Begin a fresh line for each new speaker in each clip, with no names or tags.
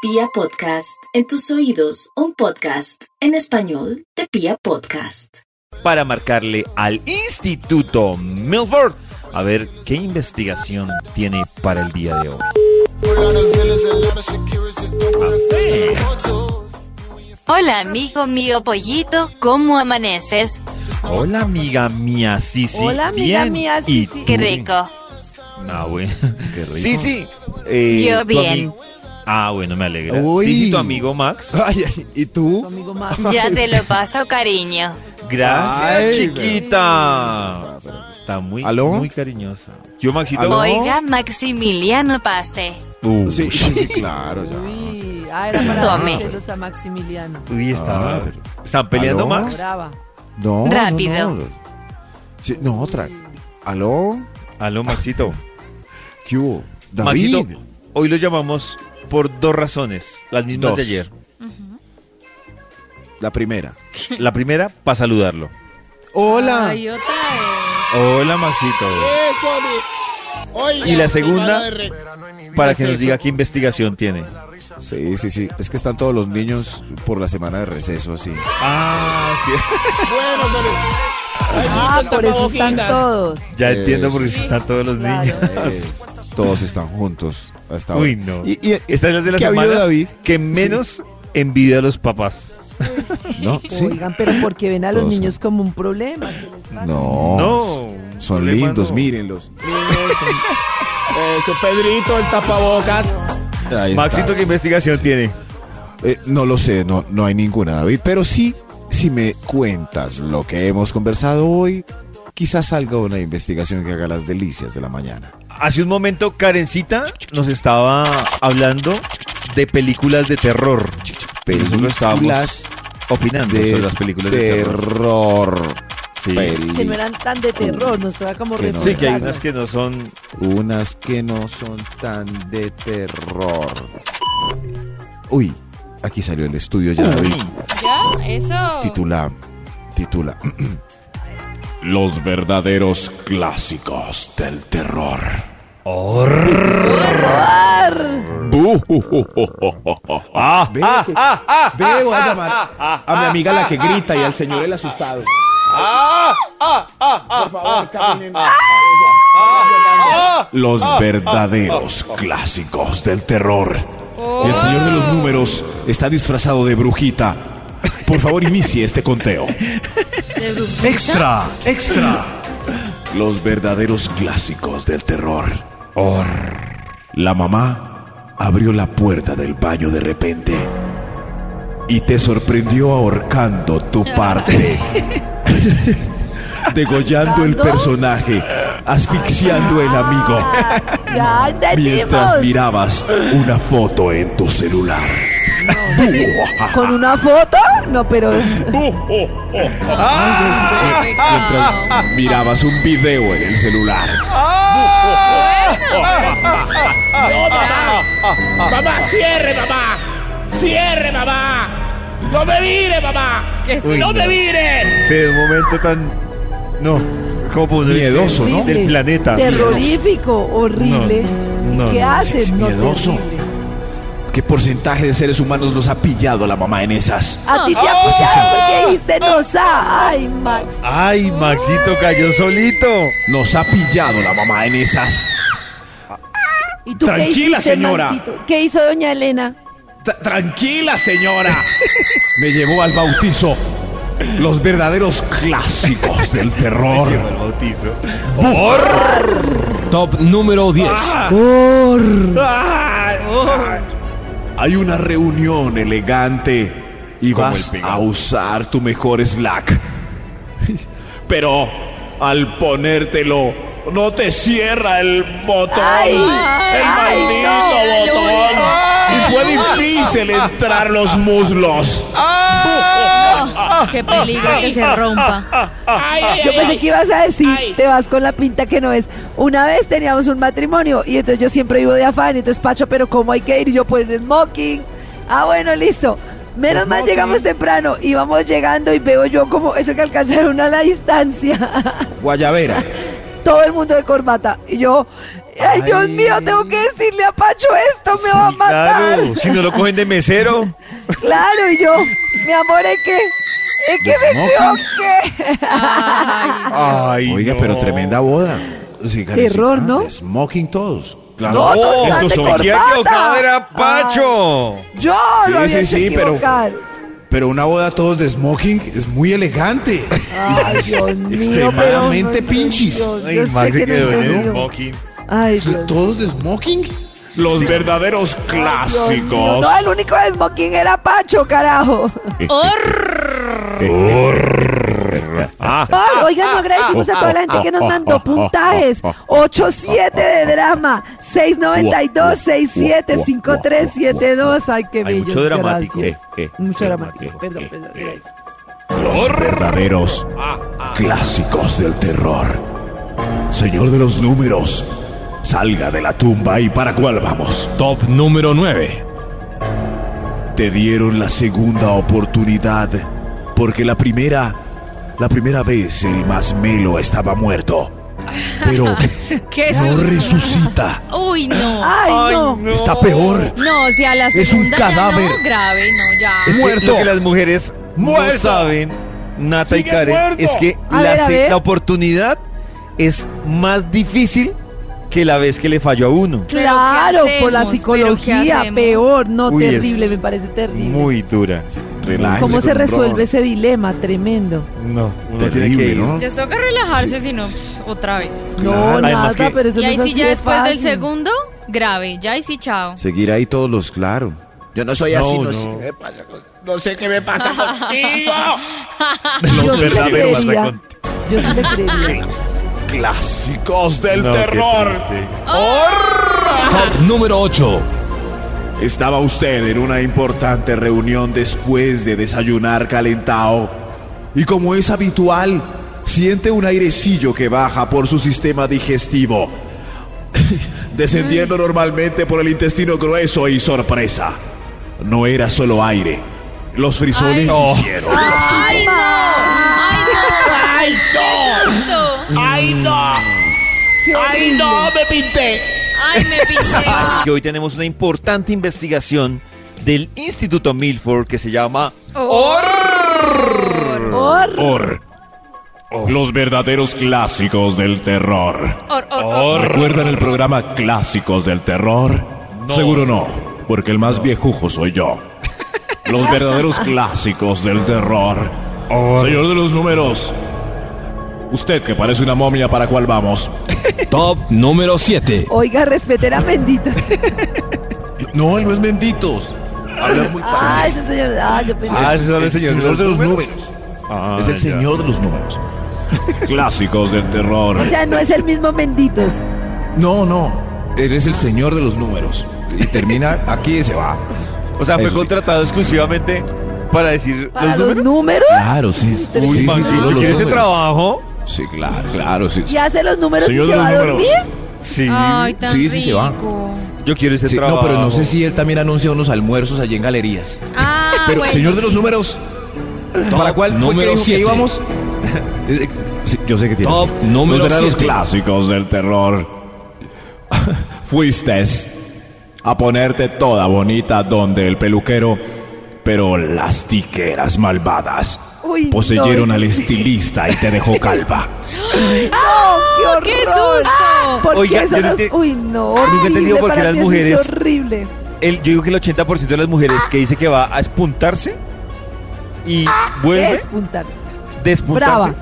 Pia Podcast, en tus oídos, un podcast en español de Pia Podcast.
para marcarle al Instituto Milford a ver qué investigación tiene para el día de hoy. Café.
Hola amigo mío pollito, ¿cómo amaneces?
Hola amiga mía, sí, sí.
Hola, amiga
bien.
mía,
¿Y
Sisi.
Qué
tú?
rico.
Ah, bueno. Sí, sí. Eh,
Yo
tu
bien.
ami- Ah, bueno, me alegra.
Uy.
Sí, sí, tu amigo Max.
Ay, ay, ¿y
Tu
tú?
amigo Max.
Ya te lo paso cariño.
Gracias,
Ay,
chiquita. Está muy,
¿Aló?
muy cariñosa. Yo, Maxito.
¿Aló?
Oiga, Maximiliano pase.
Uy,
Sí, sí, sí, claro, ya.
Uy, ah, era para
Tome.
celos a Maximiliano.
uy, está-
Ah, pero-
¿Están peleando,
¿Aló?
Max?
Brava.
No, no,
Rápido.
No, Sí, no, otra. ¿Aló?
Aló, Maxito.
¿Qué hubo? David.
Maxito, hoy lo llamamos por dos razones, las mismas
Dos.
de ayer.
La primera.
La primera, para saludarlo.
Hola.
Ay, otra vez.
Hola, Maxito. y la segunda, para que nos diga qué investigación tiene.
Sí, sí, sí. Es que están todos los niños por la semana de receso así.
Ah, sí.
Ah, por eso están todos.
Ya
Eso.
entiendo por qué están todos los niños.
Eh, todos están juntos hasta
Uy,
hoy.
no.
Y, eh, y-
Esta es la de las
¿Qué ha habido,
semanas
David?
que menos envidia a los papás.
No, sí.
Oigan, pero porque ven a los
Todos
niños como un problema. ¿qué les pasa?
No.
No. un
Son
problema
lindos,
no.
mírenlos.
Eso, Pedrito, el tapabocas.
Ahí
Maxito,
estás.
¿qué investigación tiene?
Eh, no lo sé, no, no hay ninguna, David, pero sí, si me cuentas lo que hemos conversado hoy, quizás salga una investigación que haga las delicias de la mañana.
Hace un momento, Karencita nos estaba hablando de películas de terror. Nosotros estábamos
Películas
opinando
de
sobre las películas de terror.
terror.
Sí.
Peli-
Que no eran tan de terror, nos toca como
Que no.
Sí, que hay
reforzarlas.
unas que no son.
Unas que no son tan de terror. Uy, aquí salió el estudio ya, David.
¿Ya? Eso.
Titula, titula.
Los verdaderos clásicos del terror.
¡Ah! ¡Ah! ¡Ah! ¡Ah!
Ve, voy a llamar a mi amiga la que grita y al señor el asustado.
ah,
Por favor, caminen.
Los verdaderos clásicos del terror. El señor de los números está disfrazado de brujita. Por favor, inicie este conteo. Extra, extra. Los verdaderos clásicos del terror. La mamá abrió la puerta del baño de repente y te sorprendió ahorcando tu parte. Degollando el personaje, asfixiando el amigo,
Ah, Ya entendimos.
mientras mirabas una foto en tu celular.
¿Con una foto? No, pero.
Mientras mirabas un video en el celular.
Mamá, cierre, mamá. Cierre, mamá. No me vire, mamá.
Que
Uy,
sí.
No me vire.
Sí, de un momento tan. No. ¿Cómo podría decir?
Miedoso, ¿no?
horrible,
Del planeta.
Terrorífico, horrible.
No, no,
¿Qué
no,
hacen?
es
No,
miedoso.
terrible.
¿Qué porcentaje de seres humanos los ha pillado la mamá en esas?
A ti te acusaron porque dijiste nos ha. Ay, Max.
¡Ay, Maxito cayó solito!
Nos ha pillado la mamá en esas.
¿Y tú
Tranquila,
qué hiciste,
señora.
Maxito? ¿Qué hizo doña Elena?
Tra- Tranquila, señora.
Me llevó al bautizo. Los verdaderos clásicos del terror.
El bautizo.
Top número 10.
Hay una reunión elegante y vas a usar tu mejor slack. Pero al ponértelo, no te cierra el botón.
Ay,
el
ay,
maldito botón. Y fue difícil entrar los muslos.
Qué peligro que se rompa.
Yo pensé que ibas a decir, te vas con la pinta que no es. Una vez teníamos un matrimonio y entonces yo siempre vivo de afán. Entonces, Pacho, pero ¿cómo hay que ir? Y yo, pues, de smoking. Ah, bueno, listo. Menos mal llegamos temprano. Íbamos llegando y veo yo como eso que alcanzaron a la distancia.
Guayavera.
Todo el mundo de corbata. Y yo, Ay, Dios mío, tengo que decirle a Pacho esto, me
Sí,
va a matar.
claro, si no lo cogen de mesero.
Claro, y yo, mi amor, es que, es que me equivoqué.
Ay,
Oiga,
no.
pero tremenda boda. Sí, Karencita,
Terror, ¿no?
de Smoking todos. Claro.
No, no,
Oh,
están
esto
de
se había
corbata. Ah.
equivocado, era Pacho.
Yo lo
Sí,
había
sí,
hecho
sí, pero-
equivocar.
Pero una boda todos de smoking es muy elegante.
Ay, Dios mío,
Extremadamente
pero-
pinchis.
Dios,
Ay,
yo sé
Max se
que no
quedó en el
entendió.
smoking.
Ay, Dios.
¿Todos de smoking?
Los verdaderos
Dios mío, No, el único de smoking era Pacho, carajo.
Ah,
Ay, oigan, no agradecimos a toda la gente que nos mandó puntajes.
ah,
8-7 de drama, 692, 67, 5372. Ay, qué
Hay
bello.
mucho dramático.
gracias.
Eh, eh,
mucho
eh,
dramático.
eh,
Perdón,
eh,
perdón.
eh.
gracias.
Los verdaderos clásicos del terror. Señor de los números, salga de la tumba y para cuál vamos.
Top número 9.
Te dieron la segunda oportunidad porque la primera, la primera vez el más melo estaba muerto. Pero
¿Qué
no
susto.
resucita.
Uy, no.
Ay, no.
Está
Oh,
peor.
No, si a la
Es un
segunda ya
cadáver.
no, grave, no, ya.
Es que
Muerto.
lo que las mujeres no
Muerto.
saben, Nata y
Sigue
Karen,
muerto.
es que
A
la,
ver, a
se-
ver.
la oportunidad es más difícil que la vez que le falló a uno.
¿Pero qué
Claro, por la
hacemos? ¿Pero qué
psicología,
hacemos?
peor, no,
Uy, es
terrible, me parece terrible.
Muy dura.
Relájense
¿Cómo se
con un ron.
resuelve ese dilema? Tremendo.
No, uno tiene que
Terrible,
ir.
¿no?
Les toca relajarse, si no, pff, otra vez.
No,
Claro.
Además
nada,
que-
pero eso
Y
no
ahí
es
sí,
así
ya
de
después del
fácil.
segundo, grave. Ya ahí sí, chao.
Seguir ahí todos los, claro. Yo no soy así, no, sé eh, qué me pasa.
No sé qué me pasa contigo.
Yo
Los
sí le
verdaderos
creería.
sacon-
Yo sí le creería.
Clásicos del
No, qué
terror.
triste.
Top número 8.
Estaba usted en una importante reunión después de desayunar calentado. Y como es habitual, siente un airecillo que baja por su sistema digestivo, descendiendo normalmente por el intestino grueso y sorpresa. No era solo aire. Los frisones
Ay.
hicieron.
¡Ay, no! ¡Ay,
¡Ay, no!
no!
¡Ay, no! ¡Ay, no! ¡Me pinté!
¡Ay, me pinté!
Y hoy tenemos una importante investigación del Instituto Milford que se llama
¡Or!
Por-
Or. Los verdaderos clásicos del terror.
¡Or, or, or!
¿Recuerdan el programa Clásicos del Terror? Seguro no, porque el más viejujo soy yo. Los verdaderos clásicos del terror. Señor de los números. Usted que parece una momia, ¿para cuál vamos?
Top número 7.
Oiga, respeten a Menditas.
No, él no es menditos. Habla muy
Ah, es el señor. Ah, yo pensé.
Ah, ese es el señor de los números.
Ah, es el señor de los números. Clásicos del terror.
O sea, no es el mismo Menditos.
No, no. Eres el señor de los números. Y termina aquí y se va.
O sea, fue
Eso sí.
contratado exclusivamente para decir
Para
los
los
números.
números.
Claro, sí.
Uy,
sí, sí, sí,
Maxito,
los
¿quieres ese
números.
trabajo?
Sí, claro, claro, sí.
Y hace los números y
Señor
se
de
va a
los números.
dormir.
Sí.
¡Ay, tan
Sí, sí, se va.
rico!
Yo quiero ese
Sí,
trabajo.
no, pero no sé si él también anuncia unos almuerzos allí en galerías.
¡Ah,
Pero,
bueno.
señor de los números, ¿para cuál fue que
número
dijo que
siete.
íbamos? Eh, eh, sí, yo sé que tiene.
Top
sí.
número
Los verdaderos
siete.
clásicos del terror. Fuiste a ponerte toda bonita donde el peluquero, pero las tijeras malvadas
Uy,
poseyeron
no,
al
eso sí.
estilista y te dejó calva.
¡No! ¡Qué
¡Oh, ¡Qué
horror! ¡Ah!
susto!
Porque
Oiga,
eso
yo no
nos-
enti-
Uy, no.
Nunca he
horrible,
entendido por qué
para
las
mí eso es
mujeres-
horrible.
El- yo digo que el 80% de las mujeres que dice que va a espuntarse y
Ah,
vuelve,
Despuntarse.
despuntarse,
brava.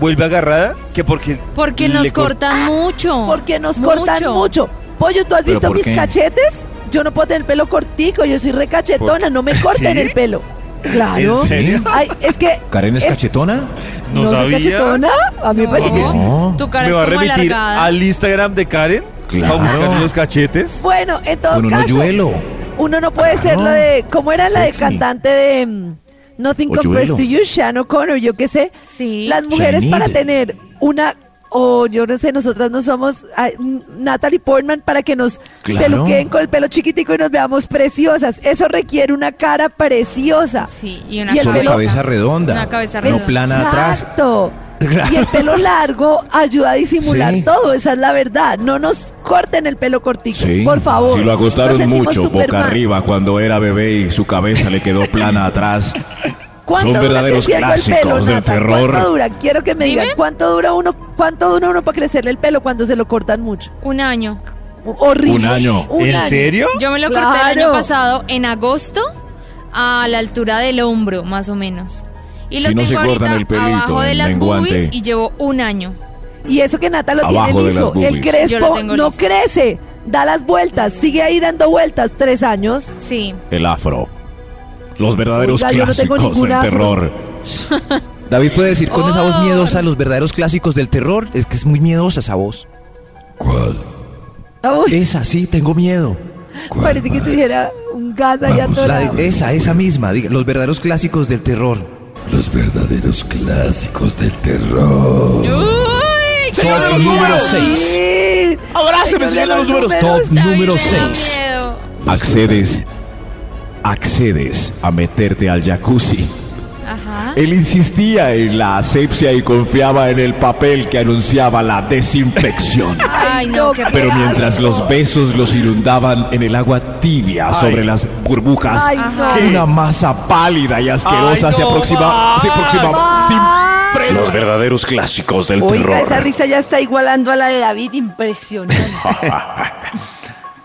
vuelve agarrada, que porque...
Porque
le
nos
cor-
cortan mucho.
Porque nos cortan mucho. Pollo, ¿tú has
¿Pero
visto
por
mis
qué?
cachetes? Yo no puedo tener el pelo cortico, yo soy recachetona, no me corten
¿Sí?
el pelo. Claro.
¿En serio?
Ay, es que
¿Karen es
Eh.
cachetona?
No
soy
sabía.
cachetona? A mí me parece que sí.
No.
Tu cara
¿Me
es
va a
como
remitir
alargada.
al Instagram de Karen?
Claro.
¿A buscar los cachetes?
Bueno, en todo
Con un
caso,
hoyuelo.
uno no puede ser
Ah,
lo de. ¿Cómo era la de
Sexy.
cantante de mm, Nothing
Hoyuelo.
Compares to You, Shan O'Connor? Yo qué sé.
Sí.
Las mujeres
Shanid.
para tener una. O yo no sé, nosotras no somos ay, mm, Natalie Portman para que nos
Claro.
peluquen con el pelo chiquitico y nos veamos preciosas. Eso requiere una cara preciosa.
Sí, y una
Y el
Solo
pelo-
cabeza redonda.
Una cabeza
No
redonda.
plana atrás.
Exacto. Y el pelo largo ayuda a disimular
Sí.
todo, esa es la verdad. No nos corten el pelo cortito, por favor.
Si lo
Nos
acostaron
sentimos
mucho boca
Superman.
arriba cuando era bebé y su cabeza le quedó plana atrás.
¿Cuánto
Son
dura
verdaderos
creciendo el
clásicos
pelo,
del
Nata?
terror.
¿Cuánto dura? Quiero que me digan cuánto dura uno, cuánto dura uno para crecerle el pelo cuando se lo cortan mucho.
Un año.
Horrible.
Un año.
¿En
año.
serio?
Yo me lo corté el
Claro.
año pasado en agosto a la altura del hombro, más o menos. Y lo
Si no
tengo
se cortan
ahorita
el pelito,
abajo de
el
las
menguante.
boobies y llevo un año.
Y eso que Nata lo
Abajo de
tiene
las
liso. El
boobies.
Yo lo
crespo
tengo
no
liso.
crece, da las vueltas, sigue ahí dando vueltas tres años.
Sí.
El afro. Los verdaderos
Oiga, yo no tengo
clásicos
ningún
del
afro.
terror.
David puede decir con esa voz miedosa los verdaderos clásicos del terror. Es que es muy miedosa esa voz.
Uy,
Esa, sí, tengo miedo.
parece que tuviera un gas allá
Vamos, la de-
atorado.
esa, esa misma. diga, los verdaderos clásicos del terror.
Los verdaderos clásicos del terror.
Top número 6.
Sí. Señor
Abráceme, señor
de
de los números.
Top
David,
número
me da
6.
miedo.
Accedes. Accedes a meterte al jacuzzi.
Ajá.
Él insistía en la asepsia y confiaba en el papel que anunciaba la desinfección.
Ay, no, qué
Pero mientras los besos los inundaban en el agua tibia sobre las burbujas,
Ay,
Ajá.
no.
una masa pálida y asquerosa
Ay,
se
no,
aproxima,
Max.
se aproximaba
Max.
sin freno. Los verdaderos clásicos del
terror.
Oiga, esa risa ya está igualando a la de David, impresionante.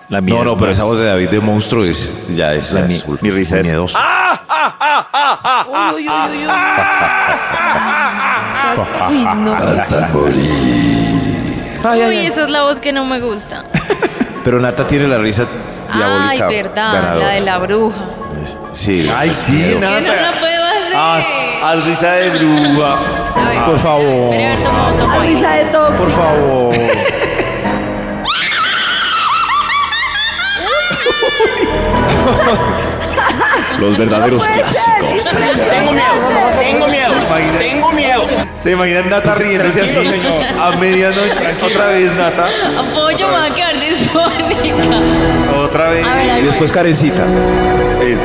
no, no, pero esa voz de David de monstruo es. Ya es. Ah,
La mi-
es
mi risa
muy
es-
miedoso. ah,
Uy, uy, uy, uy, uy. Uy, no.
Uy, esa es la voz que no me gusta.
Pero Nata tiene la risa diabólica.
Ay, verdad,
ganadora.
la de la bruja.
Sí. Ay, sí, Ah,
Que no la puedo hacer.
Ah,
Haz risa de grúa.
A ver,
Por favor.
espera, a ver, pues. toma, toma
La
ahí.
risa de
Por
tóxico.
favor.
Los verdaderos clásicos.
Tengo miedo, tengo miedo, tengo miedo.
¿Se imaginan Nata riéndose así? A medianoche. Otra vez, Nata.
Apoyo, me va a quedar disfónica.
Otra vez.
A ver, ahí
Y después Karencita. Es.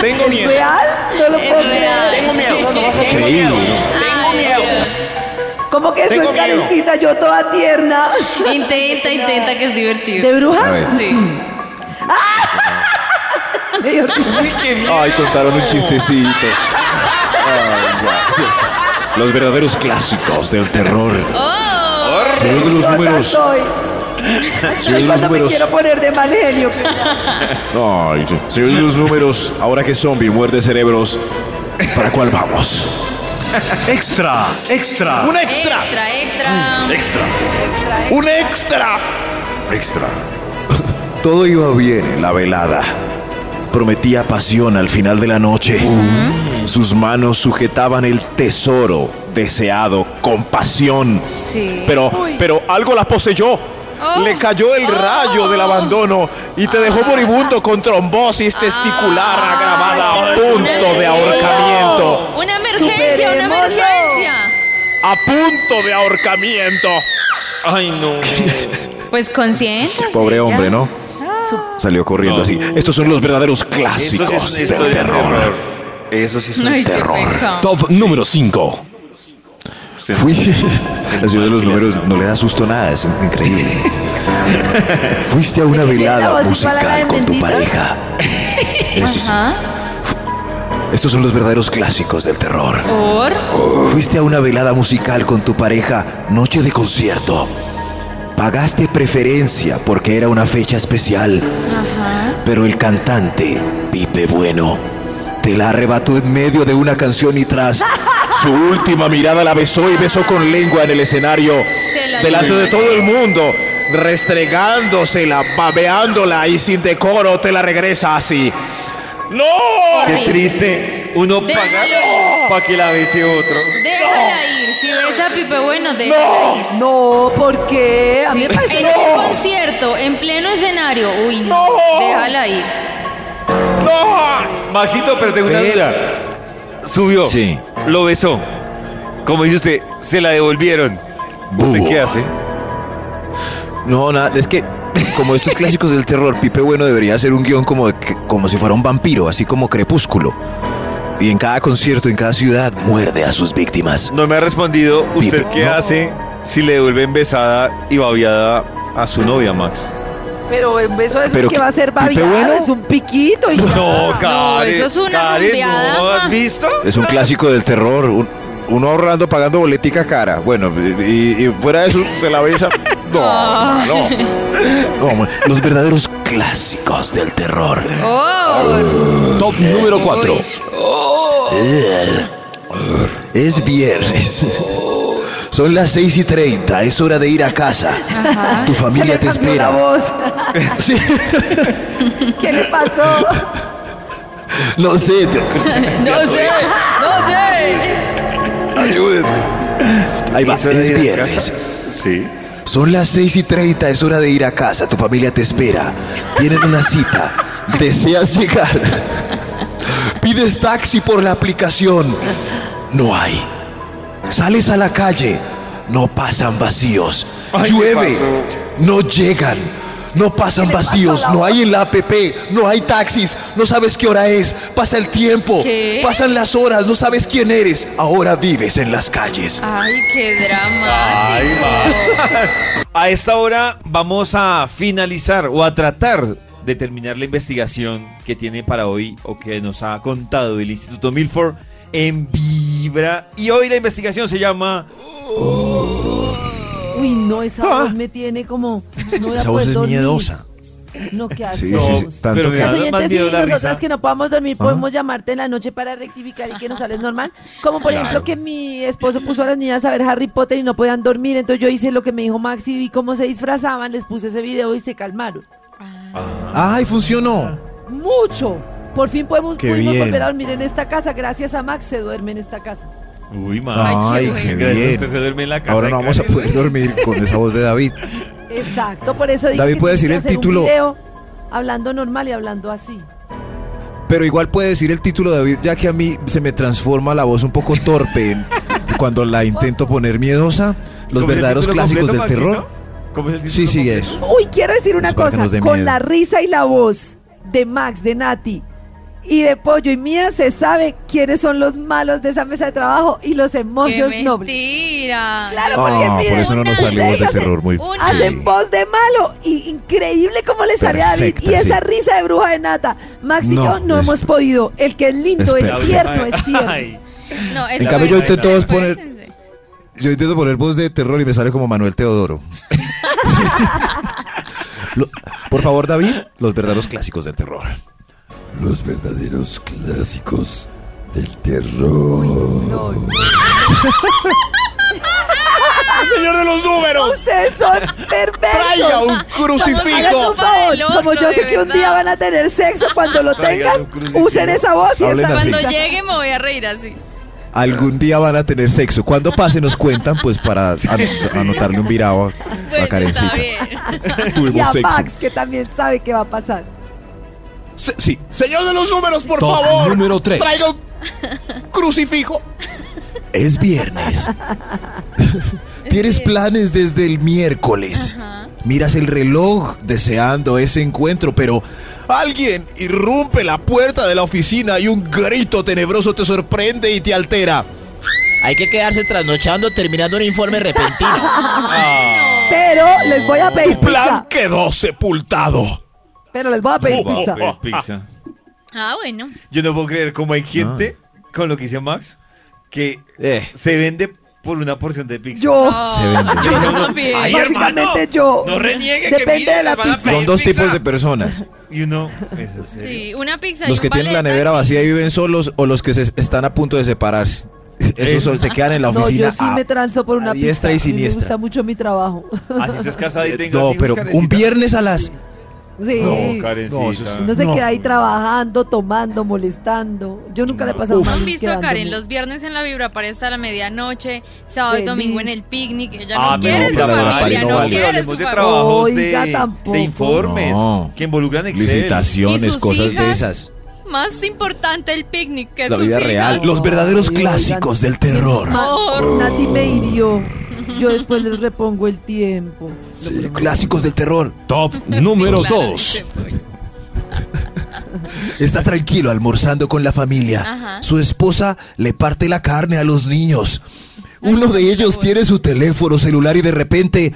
Tengo miedo,
¿Real? No lo puedo
Es real.
creer.
tengo miedo, tengo
Increíble,
miedo,
¿no?
tengo miedo.
¿Cómo que eso
Tengo
es
miedo.
carencita? Yo toda tierna.
Intenta, intenta, que es divertido.
¿De
A
bruja?
ver.
Sí.
Me dio risa.
Ay, contaron un chistecito.
Los verdaderos clásicos del terror.
Oh.
Señor de los
Tonta
números.
soy.
Señor de los
Cuando me
números.
quiero poner de mal genio.
Ay, sí. señor de los números. Ahora que zombie muerde cerebros, ¿para cuál vamos?
Extra, extra.
¡Un
Extra, extra.
¡Extra! ¡Un extra! ¡Extra!
Todo iba bien en la velada.
Prometía pasión al final de la noche. Sus manos sujetaban el tesoro deseado con pasión.
Sí.
Pero, pero algo la poseyó. Le cayó el rayo del abandono y te dejó moribundo con trombosis testicular agravada a punto de ahorcamiento.
Una emergencia, una
Superémoslo.
emergencia.
A punto de ahorcamiento.
Ay, no.
Pues consciente.
Pobre hombre, ¿no? Salió corriendo así. Estos son los verdaderos clásicos
Eso sí es una
del
historia de
terror.
terror. Eso sí es una
Ay, qué
historia.
pecado.
Top número 5.
Fui. La señora de los números no le da susto nada, es increíble. Fuiste a una velada
Esa voz igual a la
musical
del
con tu
dentista.
pareja. Eso sí.
Ajá.
Estos son los verdaderos clásicos del terror.
Por.
Fuiste a una velada musical con tu pareja, noche de concierto. Pagaste preferencia porque era una fecha especial,
Ajá.
pero el cantante, Pipe Bueno, te la arrebató en medio de una canción y tras
Su última mirada la besó y besó con lengua en el escenario,
Se la
delante
llevó.
de todo el mundo, restregándosela, babeándola y sin decoro te la regresa así. ¡No!
Qué
Horrible.
triste uno paga
Déjalo.
para que la bese otro.
Déjala ir. Si ves a Pipe Bueno, déjala ir.
No, ¿por qué? A mí
Sí,
me parece
en un concierto, en pleno escenario. Uy, no. Déjala ir.
Maxito, pero tengo una
Ve.
duda. Subió.
Sí.
Lo besó. Como dice usted, se la devolvieron. ¿Usted
Bubo.
qué hace?
No, nada, es que
como estos clásicos del terror, Pipe Bueno debería hacer un guión como, de que- como si fuera un vampiro, así como Crepúsculo. Y en cada concierto, en cada ciudad, muerde a sus víctimas.
No me ha respondido usted qué hace si le devuelven besada y babiada a su novia, Max.
Pero el beso es
Pero
que va a ser
¿Pipe
babiado,
bueno?
es un piquito y ya.
No,
No,
Karen.
eso es una
Karen,
rumbeada,
¿no
ma.
has visto?
Es un clásico del terror. un- uno ahorrando, pagando boletica cara. Bueno, y, y fuera de eso, se la besa. No, no. Como Los verdaderos clásicos del terror.
Oh,
Top número 4.
Es viernes. Son las 6 y 30. Es hora de ir a casa.
Ajá.
Tu familia te
cambió la
espera.
voz.
Sí.
¿Qué le pasó?
No sé. te-
No sé,
no sé.
Ayúdenme. Ahí va.
hora de
Es
ir a
viernes. Sí. Son las 6 y 30. Es hora de ir a casa. Tu familia te espera. Tienen una cita. Deseas llegar. Pides taxi por la aplicación. No hay. Sales a la calle. No pasan vacíos. Llueve. No llegan. No pasan vacíos. No hay en la app. No hay taxis. No sabes qué hora es. Pasa el tiempo.
¿Qué?
Pasan las horas. No sabes quién eres. Ahora vives en las calles.
Ay, qué drama.
Ay, ma. A esta hora vamos a finalizar o a tratar de terminar la investigación que tiene para hoy o que nos ha contado el Instituto Milford en Vibra. Y hoy la investigación se llama
Uy, no, esa voz me tiene como. No voy a
Esa voz
poder
es
dormir.
miedosa.
No, ¿qué
Sí,
hacemos?
sí, sí. Tanto
pero
que-
me da
Los
más
oyentes, sí,
miedo la
nosotras
risa.
que no podamos dormir,
Ah.
podemos llamarte en la noche para rectificar y que nos hables normal. Como por
Claro.
ejemplo que mi esposo puso a las niñas a ver Harry Potter y no podían dormir, entonces yo hice lo que me dijo Maxi vi cómo se disfrazaban, les puse ese video y se calmaron.
¡Ay, funcionó!
Mucho. Por fin podemos
Qué
pudimos
bien.
volver a dormir en esta casa. Gracias a Max se duerme en esta casa.
Uy, ma.
Ay, qué
Gracias,
bien.
Usted se duerme en la casa.
Ahora
de
no vamos a
Karen.
poder dormir con esa voz de David.
Exacto, por eso dije
David,
que
¿puede
tiene
decir
que
el
hacer
título?
un video hablando normal y hablando así.
Pero igual puede decir el título David, ya que a mí se me transforma la voz un poco torpe en- cuando la intento poner miedosa. Los
¿Cómo es el
verdaderos
título
clásicos
completo,
del terror.
Maxito? ¿Cómo es el
Sí, sí, eso.
Uy, quiero decir una
Eso para que
cosa.
nos dé
Con
miedo.
la risa y la voz de Max, de Nati y de Pollo y mía, se sabe quiénes son los malos de esa mesa de trabajo y los
Qué
emotions nobles.
mentira.
Claro, porque
Ah,
miren,
por eso no nos
una-
salió voz de
ustedes
terror muy
hacen- Hacen voz de malo y increíble como le sale a David.
Perfecta,
Y esa
sí.
risa de bruja de nata. Max y
No,
yo no
es-
hemos podido. El que es lindo,
Espera.
es tierno, es tierno.
No,
En
eso
cambio yo
es-
intento
eso es-
poner- Yo intento poner voz de terror y me sale como Manuel Teodoro. Sí. Lo- por favor, David, los verdaderos clásicos del terror.
Los verdaderos clásicos del terror.
señor de los números!
¡Ustedes son perversos!
Traiga un crucifijo.
Hagan un favor,
Para el otro,
Como yo sé
de
que un día
verdad.
van a tener sexo, cuando lo
Traigan
tengan,
un crucifijo.
usen esa voz y
Hablen
esa
así.
risa.
Cuando llegue me voy a reír así.
Algún día van a tener sexo. Cuando pase nos cuentan, pues para an- anotarle un virado a, a Karencita. Tuvimos
y a
sexo.
Max, que también sabe qué va a pasar.
Se- sí.
Señor de los números, por
Top
favor.
número tres.
Traiga un crucifijo.
Es viernes. Tienes planes desde el miércoles. Miras el reloj deseando ese encuentro, pero alguien irrumpe la puerta de la oficina y un grito tenebroso te sorprende y te altera.
Hay que quedarse trasnochando terminando un informe repentino.
Pero les voy a pedir pizza.
quedó sepultado.
Pero les voy a pedir pizza.
Papel pizza.
Ah, bueno.
Yo no puedo creer cómo hay gente, con lo que dice Max, que
Eh.
se vende por una porción de pizza.
Yo.
Se vende.
Yo digo, no,
También.
ay,
Básicamente
hermano,
yo.
No reniegue que
Depende
mire,
de la
le van a
Son
pedir
dos
pizza.
tipos de personas.
Y uno, es en serio.
Sí, una pizza y
Los
un
que tienen la
ballet
nevera
taxi.
vacía y viven solos o los que se están a punto de separarse.
Eh,
Esos son- se quedan en la
No,
oficina. Ah,
yo sí
a-
me transo por una
a diestra
pizza.
y
A mí me
siniestra.
gusta mucho mi trabajo.
Así se casada y tengo
Eh, no,
hijos,
pero
Karencita.
un viernes a las...
Sí.
No, Karencita.
No, eso es-
Uno se
no.
queda ahí trabajando, tomando, molestando. Yo nunca le he pasado mal
¿Han visto a Karen
quedándome.
los viernes en la vibra para hasta la medianoche, sábado y
Feliz.
domingo en el picnic? Ella
Ah,
no
pero
quiere su
para la pareja
familia,
no
no
vale.
quiere su
Hablemos de
familia.
trabajos
Oiga,
de,
tampoco.
de informes
No.
que involucran Excel.
Licitaciones,
¿Y sus
cosas de
hijas?
esas.
Más importante el picnic que
La
sus
vida
hijas.
real.
Los verdaderos clásicos del terror.
Ma- Nati me hirió. Yo después les repongo el tiempo.
Sí, clásicos del terror.
Top número 2.
Está tranquilo almorzando con la familia.
Ajá.
Su esposa le parte la carne a los niños. Uno de ellos tiene su teléfono celular y de repente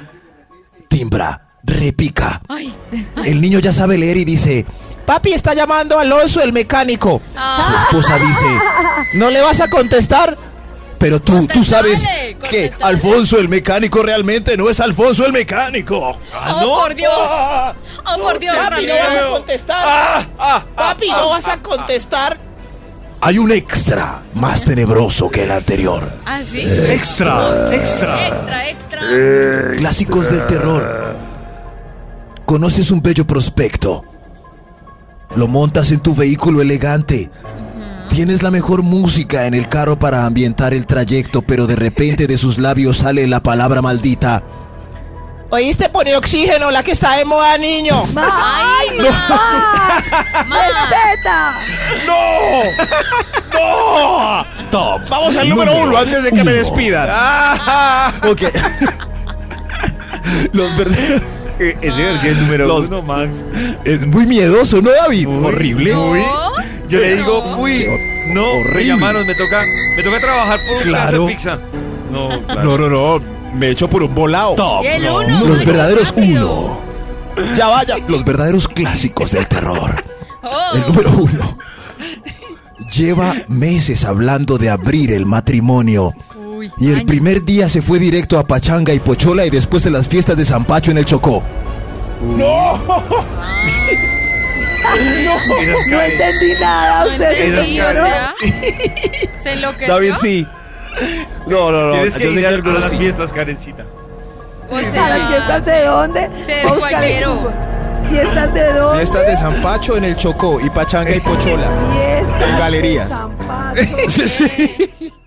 timbra, repica. El niño ya sabe leer y dice,
Papi está llamando a Alonso el mecánico.
su esposa dice,
¿No le vas a contestar?
pero tú, tú sabes
Contestale,
que Alfonso el mecánico realmente no es Alfonso el mecánico.
Ah,
Ah,
¡Oh, por Dios! ¡Oh, por Dios!
Papi, no vas a contestar.
Ah,
Papi, no vas a contestar.
Hay un extra más tenebroso que el anterior.
¿Ah, sí?
Extra, extra. Eh.
Extra, extra.
Clásicos del terror. Conoces un bello prospecto. Lo montas en tu vehículo elegante. Tienes la mejor música en el carro para ambientar el trayecto, pero de repente de sus labios sale la palabra maldita.
¿Oíste? Pone oxígeno, la que está de moda, niño.
¡Ay,
¡Ay, Max! ¡Respeta!
¡No! ¡No! Top. Vamos al número uno antes de que me despidan.
Ah.
ok. Los verdaderos.
Eh, Ese es el número uno, Max.
Es muy miedoso, ¿no, David? Horrible.
Uy, yo le digo, uy, no, me
horrible.
llamaron, me toca, me toca trabajar por un pedazo
Claro.
de pizza. No, claro.
No, no, no. Me echo por un volado.
Y el uno,
Los
Max,
verdaderos
rápido.
uno. Ya vaya. Los verdaderos clásicos del terror.
Oh.
El número uno. Lleva meses hablando de abrir el matrimonio. Y el primer día se fue directo a Pachanga y Pochola y después de las fiestas de Zampacho en el Chocó.
¡No!
Esas
No
caras.
entendí nada,
No
ustedes
entendí, o
entendieron.
sea, se enloqueció.
sí.
No, no, no.
Tienes que
yo sé
ir
que
a
algunos
las
sí.
fiestas, Karencita.
O
¿Saben
sea,
fiestas de dónde?
Se
Voy a buscar el
descualquieró.
Google. ¿Fiestas de dónde?
Fiestas de Zampacho en el Chocó y Pachanga y Pochola.
Fiestas
En
de
galerías.
San Paco.
Sí, sí.